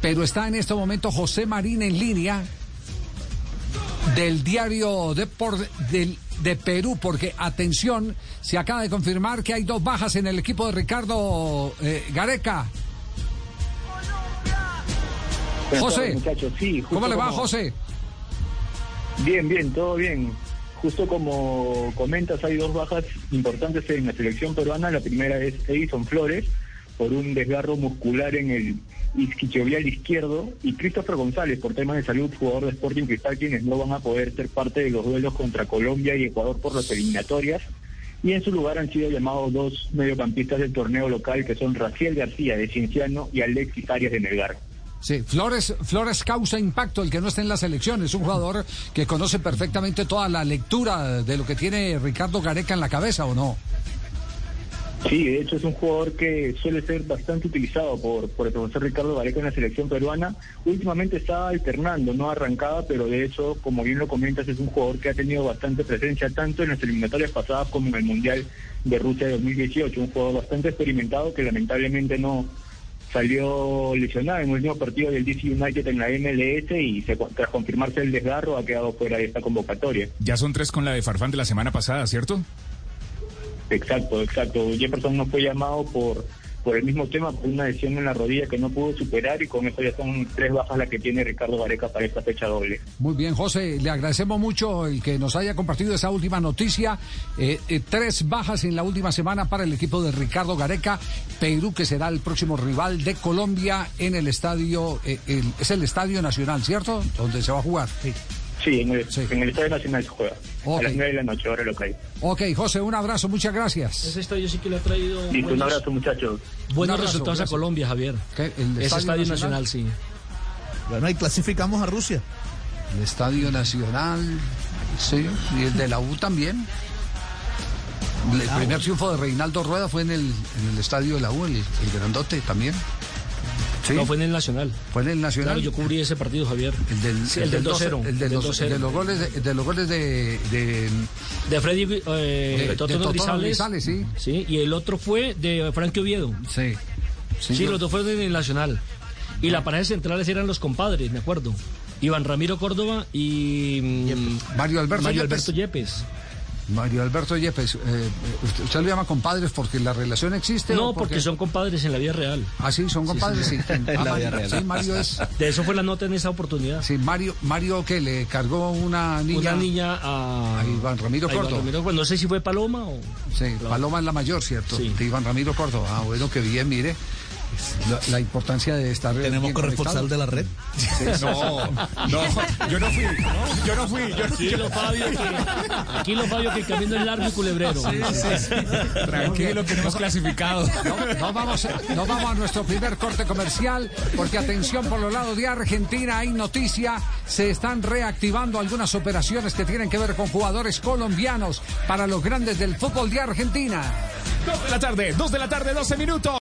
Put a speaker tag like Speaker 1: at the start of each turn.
Speaker 1: pero está en este momento José Marín en línea del diario de, por- del- de Perú, porque atención, se acaba de confirmar que hay dos bajas en el equipo de Ricardo eh, Gareca.
Speaker 2: Buenas
Speaker 1: José.
Speaker 2: tardes, muchachos. Sí, justo
Speaker 1: ¿Cómo le va,
Speaker 2: como-
Speaker 1: José?
Speaker 2: Bien, bien, todo bien. Justo como comentas, hay dos bajas importantes en la selección peruana. La primera es Edison Flores, por un desgarro muscular en el isquiotibial izquierdo, y Christopher González, por temas de salud, jugador de Sporting Cristal, quienes no van a poder ser parte de los duelos contra Colombia y Ecuador por las eliminatorias. Y en su lugar han sido llamados dos mediocampistas del torneo local, que son Raciel García, de Cienciano, y Alexis Arias de Melgar.
Speaker 1: Sí, Flores, Flores causa impacto el que no esté en la selección. Es un jugador que conoce perfectamente toda la lectura de lo que tiene Ricardo Gareca en la cabeza, ¿o no?
Speaker 2: Sí, de hecho es un jugador que suele ser bastante utilizado por, por el profesor Ricardo Vareca en la selección peruana. Últimamente está alternando, no arrancaba, pero de hecho, como bien lo comentas, es un jugador que ha tenido bastante presencia tanto en las eliminatorias pasadas como en el Mundial de Rusia de 2018. Un jugador bastante experimentado que lamentablemente no salió lesionado en el último partido del DC United en la MLS y se- tras confirmarse el desgarro ha quedado fuera de esta convocatoria.
Speaker 3: Ya son tres con la de Farfán de la semana pasada, ¿cierto?
Speaker 2: Exacto, exacto. Jefferson no fue llamado por por el mismo tema, por una lesión en la rodilla que no pudo superar y con eso ya son tres bajas las que tiene Ricardo Vareca para esta fecha doble.
Speaker 1: Muy bien, José, le agradecemos mucho el que nos haya compartido esa última noticia. Eh, eh, tres bajas en la última semana para el equipo de Ricardo Gareca, Perú que será el próximo rival de Colombia en el estadio, eh, el- es el Estadio Nacional, ¿cierto? Donde se va a jugar.
Speaker 2: Sí, en el,
Speaker 1: Sí.
Speaker 2: en el Estadio Nacional se juega.
Speaker 1: Ok.
Speaker 2: A las nueve de la noche, ahora local.
Speaker 1: Ok, José, un abrazo, muchas gracias.
Speaker 4: Ese estadio sí que le ha traído
Speaker 2: Listo, un
Speaker 4: buenos,
Speaker 2: abrazo muchachos.
Speaker 1: Un
Speaker 4: buenos
Speaker 1: abrazo,
Speaker 4: resultados
Speaker 1: gracias.
Speaker 4: a Colombia, Javier.
Speaker 1: ¿Qué? ¿El
Speaker 4: Ese
Speaker 1: Estadio
Speaker 4: estadio
Speaker 1: Nacional?
Speaker 4: nacional, sí.
Speaker 5: Bueno, y clasificamos a Rusia.
Speaker 1: El Estadio Nacional, sí, y el de la U también. El primer triunfo de Reinaldo Rueda fue en el, en el estadio de la U, el, el grandote también. Sí,
Speaker 4: No, fue
Speaker 1: fue,
Speaker 4: en el Nacional.
Speaker 1: en el Nacional.
Speaker 4: Claro, yo cubrí ese partido, Javier.
Speaker 1: El del,
Speaker 4: Sí,
Speaker 1: el
Speaker 4: el
Speaker 1: del
Speaker 4: del
Speaker 1: 12,
Speaker 4: 2-0,
Speaker 1: el de
Speaker 4: del
Speaker 1: los,
Speaker 4: 2-0.
Speaker 1: de los goles de, de los goles de, de-
Speaker 4: De Freddy eh,
Speaker 1: de
Speaker 4: Totono
Speaker 1: Totono
Speaker 4: Grisales.
Speaker 1: Grisales, sí.
Speaker 4: Y el otro fue de Frankie Oviedo.
Speaker 1: sí.
Speaker 4: Sí, los dos fueron en el Nacional. Y la pareja de centrales eran los compadres, me acuerdo. Iván Ramiro Córdoba y mm,
Speaker 1: Mario Alberto
Speaker 4: Mario
Speaker 1: Yepes.
Speaker 4: Alberto Yepes.
Speaker 1: Mario Alberto Yepes, eh, usted, usted lo llama compadres porque la relación existe
Speaker 4: No,
Speaker 1: o
Speaker 4: porque son compadres en la vida real.
Speaker 1: Ah, sí, son compadres, sí. Ah, Mario, sí, Mario es
Speaker 4: De eso fue la nota en esa oportunidad.
Speaker 1: Sí, Mario, Mario que le cargó una niña.
Speaker 4: Una niña ah, a,
Speaker 1: A Iván Ramiro
Speaker 4: a Iván
Speaker 1: Córdoba.
Speaker 4: Ramiro Córdoba. no sé si fue Paloma o...
Speaker 1: Sí, Paloma es la mayor, ¿cierto?
Speaker 4: Sí.
Speaker 1: De Iván Ramiro Córdoba. Ah, bueno, que bien, mire. La, la importancia de estar bien
Speaker 5: Tenemos corresponsal
Speaker 1: conectado.
Speaker 5: de la red.
Speaker 3: No, no, yo no fui, yo no fui, yo no fui.
Speaker 4: Tranquilo, Fabio, que, tranquilo, Fabio, que el camino es largo y culebrero.
Speaker 3: Tranquilo, que no hemos clasificado.
Speaker 1: No vamos, no vamos a nuestro primer corte comercial, porque atención por los lados de Argentina, hay noticia, se están reactivando algunas operaciones que tienen que ver con jugadores colombianos para los grandes del fútbol de Argentina.
Speaker 3: Dos de la tarde, dos de la tarde, doce minutos.